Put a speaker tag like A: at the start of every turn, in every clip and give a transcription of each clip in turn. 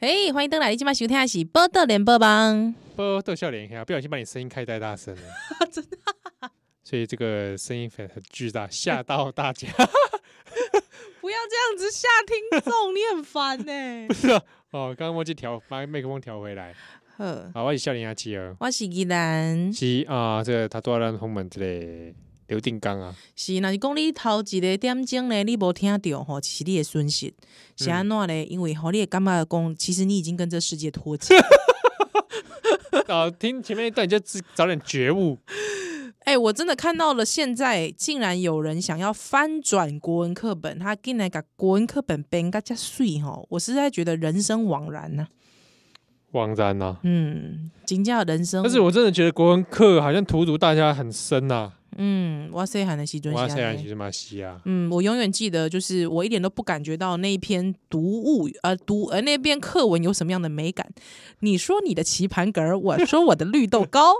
A: 嘿欢迎登来，今晚收听的是《波特联播帮》。
B: 波豆笑脸一下，不小心把你声音开太大声了， 真的。所以这个声音很很巨大，吓到大 家。
A: 不要这样子吓听众，你很烦欸 呢、
B: 是啊，哦，刚刚忘记调，把麦克风调回来。
A: 呵，
B: 好，我是笑脸阿企鹅，
A: 我是依兰，
B: 是啊，这个他多兰红门之类，刘定刚 啊，
A: 是若是讲你头一个点钟呢，你无听到吼，其实你的损失是安怎呢？因为吼，你会感觉讲，其实你已经跟这世界脱 节。
B: 哦，听前面一段你就自早点觉悟。
A: 哎、我真的看到了，现在竟然有人想要翻转国文课本，他竟然把国文课本编个遮碎吼，我实在觉得人生枉然呐、啊
B: 枉然呐、
A: 嗯，真正人生，
B: 但是我真的觉得国文课好像荼毒大家很深啊呐、
A: 嗯，我细汉的时阵
B: 哇塞，
A: 安
B: 其
A: 尼
B: 实蛮西啊，
A: 嗯，我永远记得，就是我一点都不感觉到那一篇读物，呃，读呃那篇课文有什么样的美感。你说你的棋盘格儿，我说我的绿豆糕，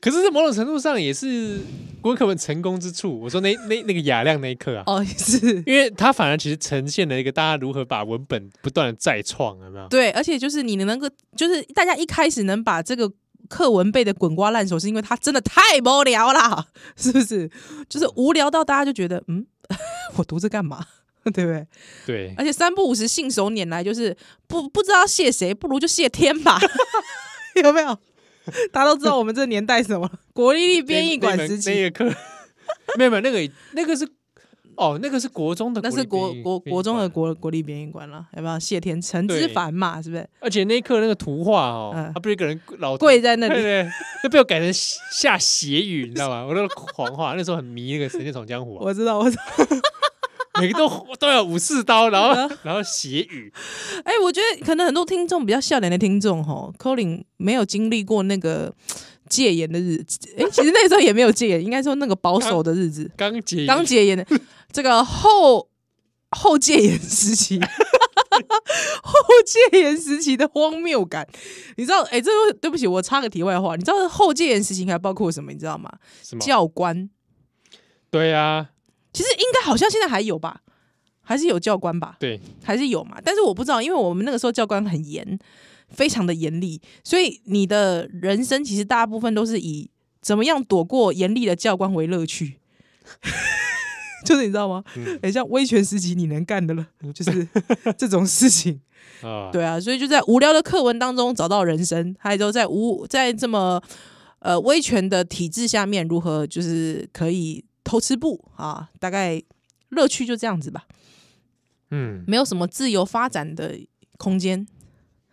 B: 可是，在某种程度上也是国文课本成功之处。我说那那那个雅量那一刻啊，
A: 哦，是，
B: 因为它反而其实呈现了一个大家如何把文本不断的再创，有没有？
A: 对，而且就是你能够，就是大家一开始能把这个课文背的滚瓜烂熟，是因为它真的太无聊啦，是不是？就是无聊到大家就觉得，嗯， 我读这干嘛？ 对不对？
B: 对，
A: 而且三不五时信手拈来，就是不不知道谢谁，不如就谢天 吧，有没有？ 大家都知道我们这年代什么国立立编译馆
B: 那一门
A: 时
B: 那
A: 期，
B: 一课， 没有没有，那个那个是哦，那个是国中的
A: 那
B: 立
A: 是国
B: 编译
A: 国国中的，
B: 编译
A: 国国立编译馆了，有没有？谢天陈之
B: 对
A: 凡嘛，是不是
B: 馆而且那一刻那个图画哦，
A: 嗯
B: 他不是一个人老
A: 跪在那
B: 对
A: 里？
B: 对， 就被我改成下斜雨，你知道吗？ 我都狂画，那时候很迷那个《神剑闯江湖》啊，
A: 我知道，我知 道。
B: 每个都都有武士刀，然
A: 嗯
B: 后然后斜雨，
A: 哎、我觉得可能很多听众比较笑脸的听众吼 c o l i n 没有经历过那个戒严的日子。哎、其实那时候也没有戒严，应该说那个保守的日子，
B: 刚结
A: 刚戒严的这个后后戒严时期， 后戒严时期的荒谬感，你知道？哎、这个对不起，我插个题外话，你知道后戒严时期还包括什么？你知道吗？
B: 什么？
A: 教官，
B: 对啊，
A: 其实应该好像现在还有吧，还是有教官吧？
B: 对，
A: 还是有嘛，但是我不知道，因为我们那个时候教官很严，非常的严厉，所以你的人生其实大部分都是以怎么样躲过严厉的教官为乐趣， 就是你知道吗？
B: 嗯
A: 很像威权时期你能干的了，就是 这种事情。
B: 啊，
A: 对啊，所以就在无聊的课文当中找到人生，还有就在无在这么呃威权的体制下面，如何就是可以偷吃布啊，大概乐趣就这样子吧。
B: 嗯，
A: 没有什么自由发展的空间。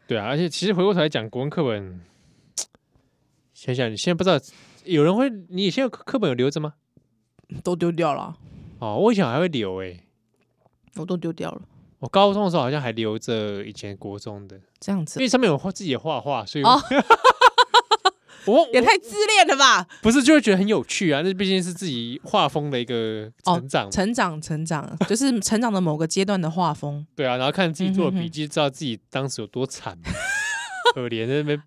B: 对啊，而且其实回过头来讲，国文课本，想想你现在不知道，有人会，你现在课课本有留着吗？
A: 都丢掉了啊，
B: 哦，我以前还会留诶、
A: 我都丢掉了，
B: 我高中的时候好像还留着以前国中的，
A: 这样
B: 因
A: 子
B: 为上面有画自己的画画，所以我、
A: 哦
B: 我我
A: 也太自恋了吧！
B: 不是就会觉得很有趣啊，那毕竟是自己画风的一个
A: 哦
B: 成长嘛，
A: 成长，成长， 就是成长的某个阶段的画风。
B: 对啊，然后看自己做的
A: 嗯哼
B: 笔
A: 哼
B: 记，知道自己当时有多 惨嘛，可怜在那边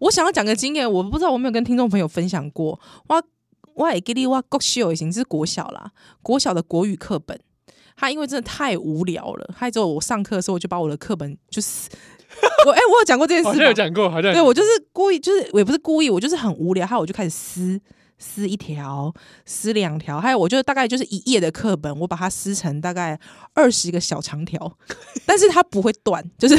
A: 我想要讲个经验，我不知道我有没有跟听众朋友分享过。我我也给你我国小已经是国小啦，国小的国语课本，它因为真的太无聊了，害之后我上课的时候我就把我的课本就是 我哎、我有讲过这件事
B: 好
A: 吧，
B: 像有讲过，好像有
A: 对我就是故意，就是我也不是故意，我就是很无聊，还有我就开始撕撕一条，撕两条，还有我就大概就是一页的课本，我把它撕成大概二十个小长条，但是它不会断，就是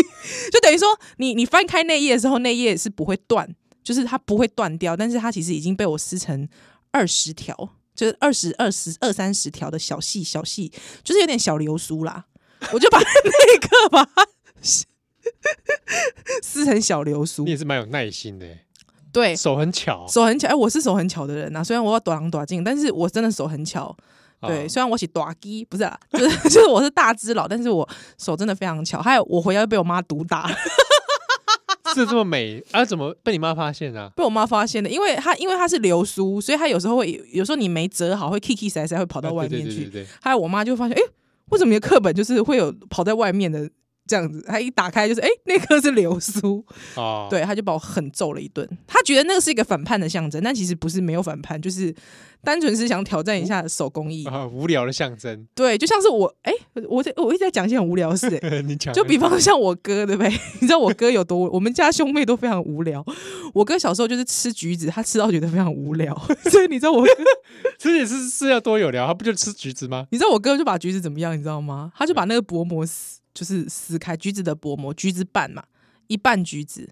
A: 就等于说你你翻开那页的时候，那页是不会断，就是它不会断掉，但是它其实已经被我撕成二十条，就是二十二十二三十条的小细小细，就是有点小流苏啦，我就把那一刻把它撕成小流苏
B: 你，也是蛮有耐心的欸，
A: 对，
B: 手很巧，
A: 手很巧，哎、我是手很巧的人呐、虽然我要短狼短进，但是我真的手很巧。对，
B: 啊
A: 虽然我是短鸡，不是啦，就是 就是我是大只佬，但是我手真的非常巧。还有我回家被我妈毒打，
B: 这这么美啊？怎么被你妈发现啊？
A: 被我妈发现的，因为她因为她是流苏，所以她有时候会有时候你没折好会 kiki 塞塞会跑到
B: 啊
A: 外
B: 对
A: 面
B: 对
A: 去。
B: 对对对，
A: 还有我妈就发现，哎、为什么你的课本就是会有跑在外面的这样子，他一打开就是哎、那颗是流苏，
B: 啊，
A: 对，他就把我狠揍了一顿。他觉得那个是一个反叛的象征，但其实不是没有反叛，就是单纯是想挑战一下手工艺。
B: 啊，无聊的象征，
A: 对，就像是我哎、我在我一直在讲一些很无聊的事、哎
B: 你讲
A: 就
B: 的
A: 比方像我哥，对不 对？你知道我哥有多无，我们家兄妹都非常无聊。我哥小时候就是吃橘子，他吃到觉得非常无聊， 所以你知道我哥，
B: 这也是是要多有聊，他不就吃橘子吗？
A: 你知道我哥就把橘子怎么样，你知道吗？他就把那个薄膜撕，就是撕开橘子的薄膜，橘子瓣嘛，一半橘子，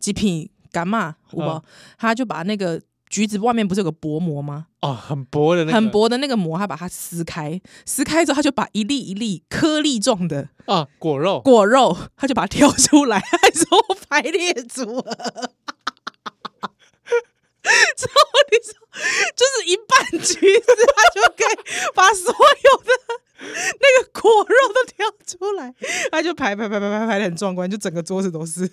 A: 几片干嘛？我不
B: 嗯，
A: 他就把那个橘子外面不是有个薄膜吗？
B: 哦，很薄的那个，
A: 很薄的那个膜，他把它撕开，撕开之后，他就把一粒一粒颗粒状的
B: 啊，果肉，
A: 果肉，他就把它挑出来，还说我排列组合。之后你说，就是一半橘子，他就可以把所有的那个果肉都挑出来，他就排排排排排排的很壮观，就整个桌子都是。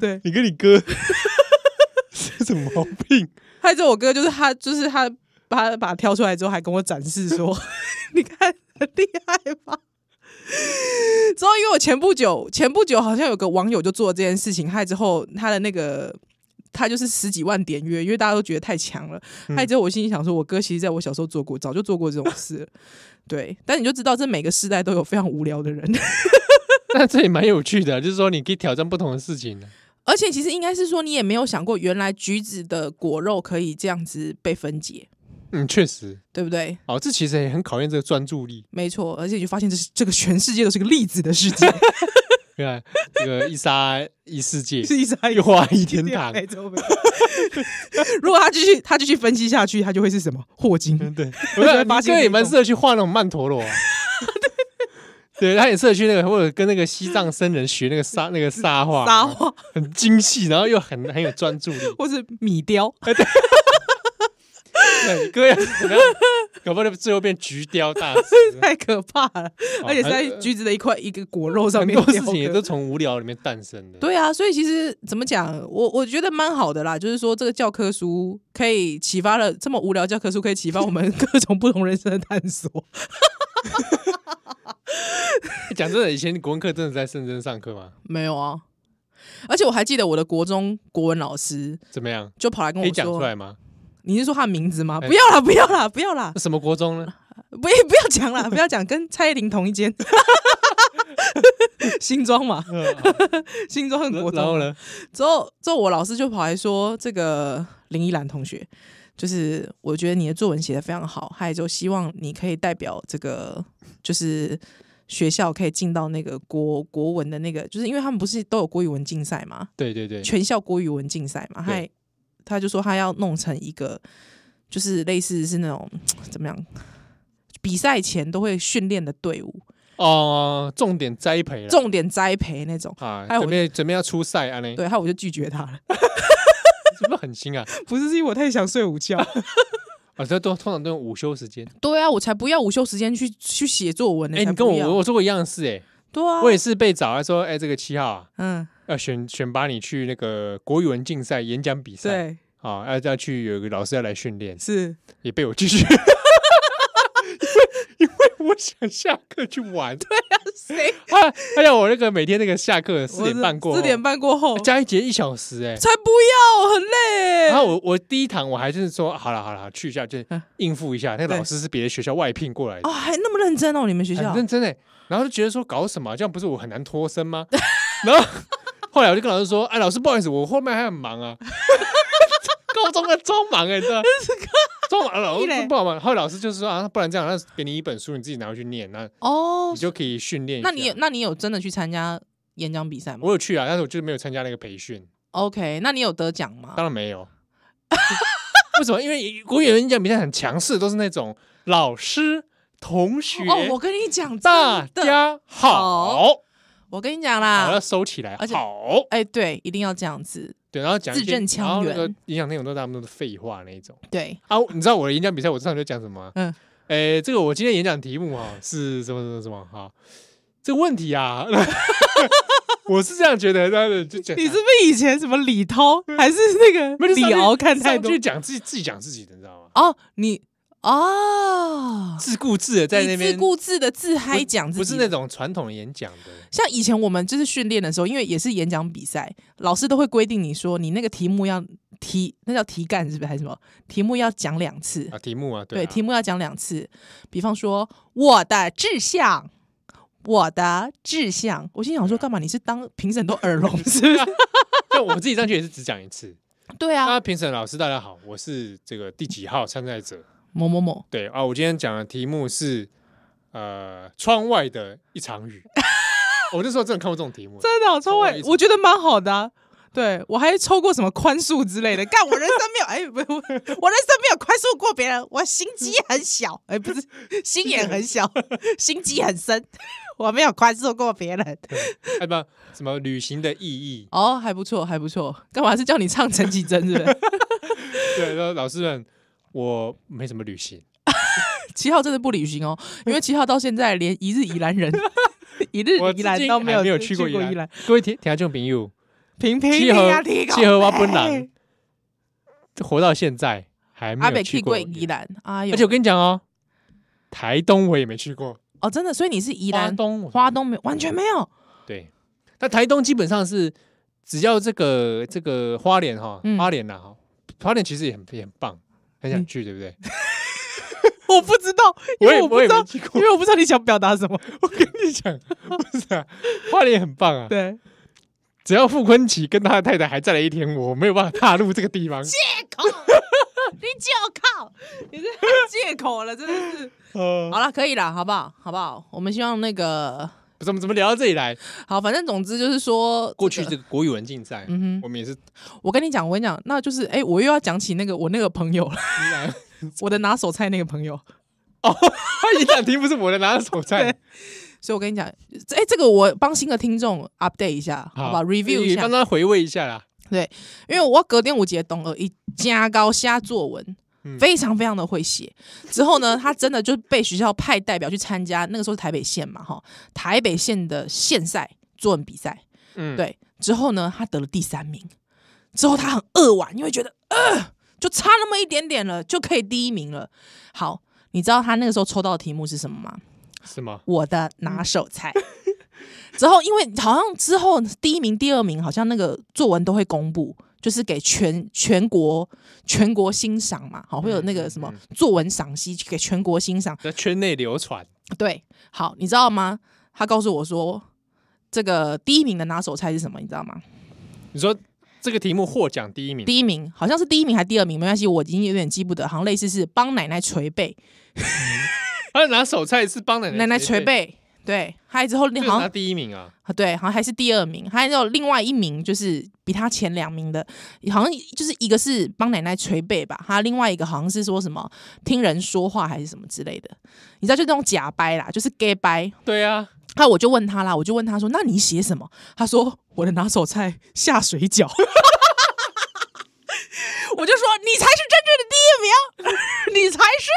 A: 对，
B: 你跟你哥 是什么毛病？
A: 害着我哥就是他，就是他把他把它挑出来之后，还跟我展示说：“ 你看很厉害吧？”之后，因为我前不久前不久好像有个网友就做了这件事情，害之后他的那个。他就是十几万点阅，因为大家都觉得太强了。害之后，我心里想说，我哥其实在我小时候做过，早就做过这种事了。 对，但你就知道，这每个时代都有非常无聊的人。
B: 那这也蛮有趣
A: 啊
B: 的，就是说你可以挑战不同的事情啊的
A: 而且，其实应该是说，你也没有想过，原来橘子的果肉可以这样子被分解，
B: 嗯，确实，
A: 对不对？
B: 哦，这其实也很考验这个专注力。
A: 没错，而且你就发现这是这个全世界都是个粒子的 世界，
B: 对啊，这个一沙一世界，
A: 是一直还
B: 一花一天堂，
A: 没错没错 如果他继续他继续分析下去，他就会是什么霍金？
B: 嗯，对，
A: 我
B: 我
A: 觉得
B: 觉 得
A: 八
B: 八
A: 仙
B: 哥也
A: 运动
B: 蛮适合去画那种曼陀罗、 啊，对，他也适合去那个或者跟那个西藏僧人学那个沙那个沙画，
A: 撒花
B: 很精细，然后又很很有专 注力。
A: 或是米雕？
B: 对，哥要怎么样？搞不好最后变橘雕大师。啊
A: 太可怕了！
B: 哦
A: 而且是在
B: 很
A: 橘子的一块一个果肉上
B: 很
A: 面
B: 多事
A: 雕
B: 情也
A: 刻
B: 都从无聊里面诞生的。
A: 对啊，所以其实怎么讲，我我觉得蛮好的啦，就是说这个教科书可以启发了这么无聊教科书，可以启发我们 各种不同人生的探索。
B: 讲真的，以前国文课真的在认真上课吗？
A: 没有啊，而且我还记得我的国中国文老师
B: 怎么样？
A: 就跑来跟
B: 可
A: 我
B: 以
A: 说，
B: 讲出来吗？
A: 你是说他的名字吗？
B: 哎
A: 不要啦，不要啦，不要啦，
B: 那什么国中呢？
A: 不 不要讲 啦，不要讲，跟蔡依林同一间， 新庄嘛，
B: 嗯好
A: 新庄很国
B: 然后
A: 中。
B: 呢？
A: 之后之后，我老师就跑来说，这个林依兰同学，就是我觉得你的作文写的非常好，还有就希望你可以代表这个，就是。学校可以进到那个国国文的那个，就是因为他们不是都有国语文竞赛嘛，
B: 对对对，
A: 全校国语文竞赛嘛，他还他就说他要弄成一个，就是类似是那种怎么样，比赛前都会训练的队伍，
B: 哦，重点栽培了。
A: 重点栽培那种。
B: 啊，
A: 哎我
B: 准备准备要出赛啊？呢，
A: 对，还有我就拒绝他了，
B: 是不是很新啊？
A: 不是是因为我太想睡午 觉。
B: 啊，这都通常都用午休时间。
A: 对啊，我才不要午休时间去去写作文呢、
B: 哎，
A: 才
B: 你跟
A: 不要
B: 我我做过一样的事哎，
A: 对啊，
B: 我也是被找来说，哎，这个七号啊，
A: 嗯，
B: 要选选拔你去那个国语文竞赛演讲比赛
A: 对，
B: 啊，要要去有一个老师要来训练，
A: 是
B: 也被我拒绝，因 为因为我想下课去玩。
A: 谁？
B: 啊，还有我那个每天那个下课四
A: 我
B: 点
A: 是
B: 半过后，哎
A: 四点半过后
B: 加一节一小时哎、
A: 才不要，很累、
B: 然后我我第一堂我还就是说好了好了去一下就是
A: 嗯
B: 应付一下，那个
A: 对
B: 老师是别的学校外聘过来的
A: 啊，，还那么认真哦，你们学校
B: 很认真哎、然后就觉得说搞什么，这样不是我很难脱身吗？然后后来我就跟老师说，哎，老师不好意思，我后面还很忙啊， 高中的装忙哎、你知道吗？装忙老
A: 屁
B: 师
A: 嘞
B: 不好忙。后来老师就是说啊，不然这样，那给你一本书，你自己拿回去念，那
A: 哦
B: 你。就可以训练一下。
A: 那你有那你有真的去参加演讲比赛吗
B: 我有去啊，但是我就是没有参加那个培训。
A: ？OK，那你有得奖吗？
B: 当然没有。 为什么？因为国语演讲比赛很强势，都是那种老师、同学、
A: 哦，我跟你讲，
B: 大
A: 真的，
B: 家好，
A: 我跟你讲
B: 好要
A: 啦，
B: 收起来，
A: 而且
B: 好。
A: 哎，对，一定要这样子，
B: 对，然后讲一些
A: 字正腔
B: 然后那
A: 圆
B: 个演讲内容都大部分都是废话那一种
A: 对，
B: 啊。你知道我的演讲比赛，我上次就讲什么吗？
A: 嗯
B: 嗯，哎，这个我今天演讲题目啊是什么什么什么哈？这个问题啊， 我是这样觉得，但是就讲
A: 是以前什么李啊涛还是那个
B: 没有就上去
A: 看
B: 上去讲自己自己讲自己的，你知道吗？
A: 哦？你 哦，
B: 自顾自的在那
A: 你自
B: 边，
A: 顾自的自嗨讲自己，
B: 不是那种传统的演讲的，
A: 像以前我们就是训练的时候，因为也是演讲比赛，老师都会规定你说你那个题目要题，那叫题干是不是还是什么？题目要讲两次，
B: 啊，题目啊，
A: 对，
B: 啊
A: 题目要讲两次。比方说我的志向，我的志向，我心想说干嘛？你是当评审都耳聋 是不是？
B: 像我自己上去也是只讲一次。
A: 对 啊
B: 那，评审老师大家好，我是这个第几号参赛者？
A: 某某某，
B: 对啊，我今天讲的题目是呃，窗外的一场雨。 我那时候真的看过这种题目，
A: 真的超
B: 会
A: 会，我觉得蛮好的啊、对我还抽过什么宽恕之 类的，干我人生没有哎，不，我我人生没有宽恕过别人，我心机很小，哎， 不是心眼很小，心机很深， 我没有宽恕过别人。
B: 还不什么旅行的意义？
A: 哦，还不错，还不错，干嘛是叫你唱陈绮贞是不是？
B: 对，然后老师们，我没什么旅行，
A: 七号真的不旅行哦，因 为七号到现在连一日宜兰 人，一日
B: 我
A: 宜
B: 至
A: 兰
B: 今
A: 都
B: 还
A: 有
B: 没有去
A: 去
B: 过宜
A: 宜
B: 兰
A: 兰，
B: 各位听听众朋友，
A: 平平
B: 契
A: 你
B: 合
A: 啊你
B: 契合我本
A: 讲
B: 人活到现在还没
A: 阿
B: 有
A: 北
B: 去
A: 去
B: 过
A: 过
B: 宜
A: 宜
B: 兰，
A: 兰，哎呦
B: 而且，我跟你讲哦，台东我也没去过，
A: 哦，真的，所以你是宜
B: 花
A: 兰
B: 东我
A: 花东没有完全没有，
B: 对，但台东基本上是只要这个这个花莲哈，
A: 嗯
B: 花莲呐哈，花莲其实也很也很棒，很想
A: 嗯
B: 去，对不对？
A: 我不知道， 因
B: 我也
A: 为我不
B: 我也
A: 知
B: 没
A: 道，
B: 去
A: 因，
B: 过
A: 为我不知道你想表达什 么。
B: 我跟你讲，不是啊，花莲很棒啊，
A: 对，
B: 只要傅昆奇跟他的太太还在了一天，我没有办法踏入这个地方。
A: 你借口，你这太借口了，真的 是。
B: 呃，
A: 好了，可以了，好不好？好不好？我们希望那个
B: 怎么怎么聊到这里来？
A: 好，反正总之就是说，
B: 过去这个国语文竞赛，
A: 嗯
B: 我们也 是
A: 哼，我跟你讲，我跟你讲，那就是哎、我又要讲起那个我那个朋友了，
B: 依然，
A: 我的拿手菜那个朋友。
B: 他一讲题不是我的拿手菜，
A: 所以我跟你讲，哎、这个我帮新的听众 update 一下，好不好？review 一
B: 你
A: 下
B: 帮，他回味一下啦。
A: 因为我隔天五节懂了一加高瞎作文
B: 嗯。
A: 非常非常的会写，之后呢，他真的就被学校派代表去参加，那个时候是台北县嘛，哈，台北县的县赛作文比赛，
B: 嗯，
A: 对，之后呢，他得了第三名，之后他很扼腕，因为觉得呃，就差那么一点点了，就可以第一名了。好，你知道他那个时候抽到的题目是什么吗？
B: 是吗？
A: 我的拿手菜。
B: 嗯
A: 之后，因为好像之后第一名、第二名，好像那个作文都会公布，就是给全全国全国欣赏嘛，好，会有那个什么
B: 嗯嗯
A: 作文赏析给全国欣赏。
B: 在圈内流传，
A: 对，好，你知道吗？他告诉我说，这个第一名的拿手菜是什么？你知道吗？
B: 你说这个题目获奖第一名，
A: 第一名好像是第一名还是第二名，没关系，我已经有点记不得，好像类似是帮奶奶捶背，
B: 他拿手菜是帮奶
A: 奶奶捶
B: 背，
A: 背，对，还有之后
B: 就
A: 好像
B: 拿第一名啊，
A: 啊，对，好像还是第二名，还有另外一名就是比他前两名的，好像就是一个是帮奶奶捶背吧，他另外一个好像是说什么听人说话还是什么之类的，你知道就那种假掰啦，就是 gay 掰。
B: 对啊，
A: 那我就问他啦，我就问他说：“那你写什么？”他说：“我的拿手菜下水饺。” 我就说：“你才是真正的第 一名，你才是。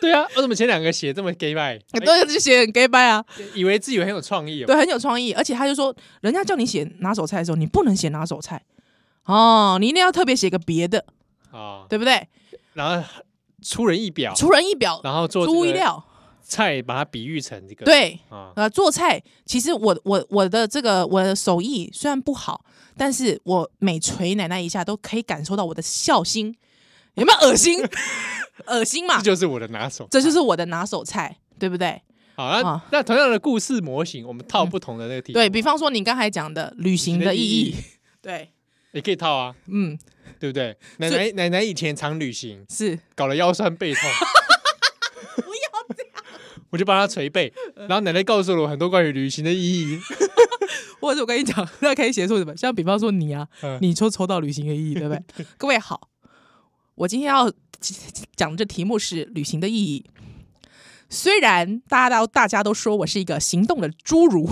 B: 对啊，我怎么前两个写这么 gay 拜？”
A: 对，就写很 gay 掰啊。
B: 以为自己很有创意哦，
A: 对，很有创意。而且他就说，人家叫你写拿手菜的时候，你不能写拿手菜哦，你一定要特别写个别的，
B: 啊，
A: 对不对？
B: 然后出人意表，
A: 出人意表，
B: 然后做
A: 出
B: 这
A: 意
B: 个
A: 料，
B: 菜，把它比喻成这个
A: 对。
B: 啊，
A: 呃，做菜其实我我我的这个我的手艺虽然不好，但是我每捶奶奶一下都可以感受到我的孝心，有没有恶 心？恶心嘛
B: 这，就是我的拿手，
A: 这就是我的拿手菜，对不对？
B: 好。那
A: 啊嗯
B: 那同样的故事模型，我们套不同的那个题，
A: 对，比方说你刚才讲的旅行的意
B: 啊旅
A: 义
B: 行，
A: 对，
B: 也可以套啊，
A: 嗯，
B: 对不对？奶
A: 所
B: 奶奶奶以前常旅行，
A: 是
B: 搞得腰酸 背痛。
A: 不要
B: 我就帮她捶背，
A: 嗯
B: 然后奶奶告诉了我很多关于旅行的意义。
A: 或者我跟你讲，那可以写出什么？像比方说你啊，
B: 嗯
A: 你就抽到旅行的意义，对不对？ 各位好，我今天要讲的这题目是旅行的意义。虽然大家都大家都说我是一个行动的侏儒，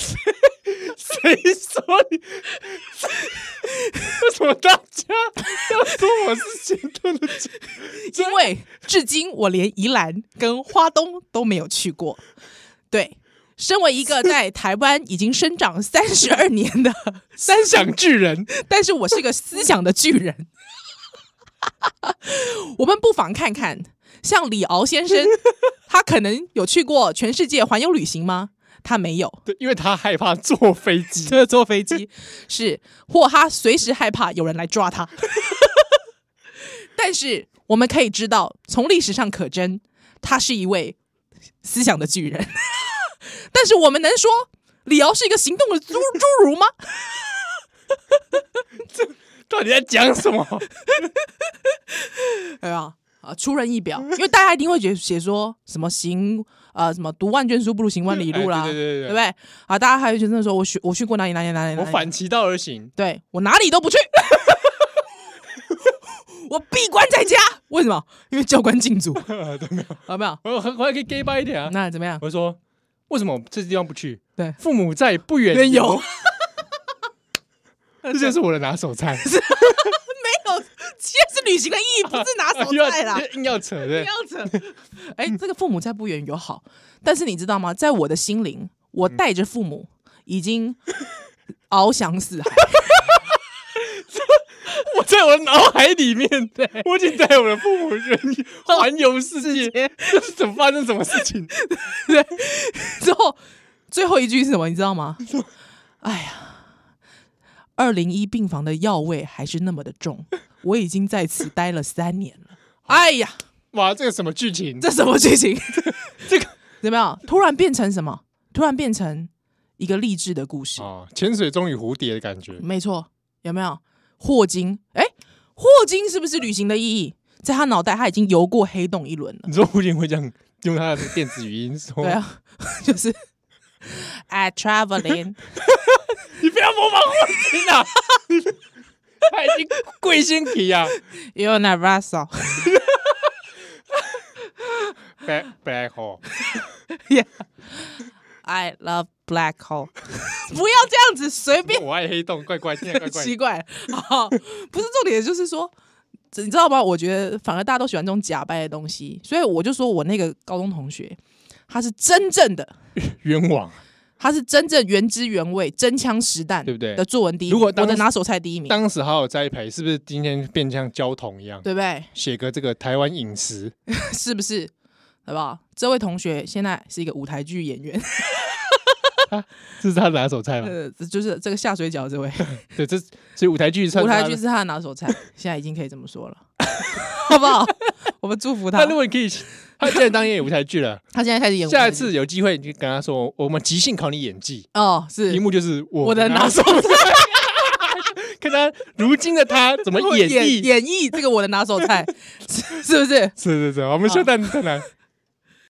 B: 谁说 你？为什么大家要说我是行动的主？
A: 因为至今我连宜兰跟花东都没有去过。对，身为一个在台湾已经生长三十二年的 三
B: 想巨人，
A: 但是我是个思想的巨人。 我们不妨看看，像李敖先生，他可能有去过全世界环游旅行吗？他没有，
B: 对，因为他害怕坐飞机。
A: 就是坐飞机，是或他随时害怕有人来抓他。 但是我们可以知道，从历史上可真，他是一位思想的巨人。 但是我们能说李敖是一个行动的侏侏儒吗？
B: 到底在讲什 么？
A: 对吧？啊，出人意表，因 为大家一定会觉写说什么行呃什么读万卷书不如行万里路啦，
B: 哎对对对对
A: 对不对？啊，大家还会觉得说我去我去过哪里哪里哪里，哪
B: 我
A: 里
B: 反其道而行，
A: 对我哪里都不去， 我闭关在家。为什么？因为教官禁足，
B: 对没有，
A: 有没有？
B: 我很快可以 gay 掰一点啊。
A: 那怎么样？
B: 我就说，为什么我这地方不去？
A: 对
B: 父母在，不远
A: 缘 由，
B: 这就是我的拿手菜。
A: 其实是旅行的意义，不是 拿手
B: 又要
A: 菜啦。
B: 又 硬要扯 对
A: 不，要扯。哎、这个父母在不远有好，但是你知道吗？在我的心灵，我
B: 嗯
A: 带着父母已经翱翔四海。
B: 我在我的脑海里面，我已经带我的父母人 环游世界，这 是怎么发生什么事情？
A: 之后最后一句是什么？你知道吗？哎呀，二零一病房的药味还是那么的重，我已经在此待了三年了。哎呀，
B: 哇，这个什么剧情？
A: 这什么剧情？
B: 这个
A: 怎么样？突然变成什么？突然变成一个励志的故事。
B: 啊，潜水钟与蝴蝶的感觉，
A: 没错，有没有？霍金，哎，霍金是不是旅行的意义？在他脑袋，他已经游过黑洞一轮了。
B: 你说胡锦会这样用他的电子语音说
A: 对啊， 就是 I traveling，
B: 你不要模仿霍金 啊！他已经贵心皮 啊！
A: universal。
B: black black hole，
A: I love black hole，不 要这样子随便，
B: 我爱黑洞，怪怪， 现在怪 怪。
A: 奇怪，好，不是重点，就是说，这你知道吗？我觉得反而大家都喜欢这种假掰的东西，所以我就说我那个高中同学，他是真正的，
B: 冤枉！
A: 他是真正原汁原味、真枪实弹，
B: 对不对
A: 的作文第一名，
B: 如果
A: 我
B: 当
A: 的
B: 时
A: 拿手菜第一名，
B: 当时好好栽培，是不是今天变像焦桐一样，
A: 对不对？
B: 写个这个台湾饮食？
A: 是不是？好不好？这位同学现在是一个舞台剧演员，
B: 这是他的拿手菜吗？
A: 呃， 就是这个下水饺这 位，
B: 对，这所以舞台剧算
A: 舞
B: 是他
A: 台
B: 的
A: 剧是他的拿手菜，现在已经可以这么说了， 好不好？我们祝福他
B: 他如。果可以，他现在当演舞台 剧了，
A: 他现在开始演舞台剧，
B: 下一次有机会你就跟他说，我们即兴考你演技，
A: 哦，是
B: 题目就是我
A: 我的拿 手
B: 菜，看他如今的他怎么
A: 我
B: 演
A: 演
B: 绎。
A: 演绎这个我的拿手菜，是是不是？
B: 是是是，我们休蛋蛋蛋，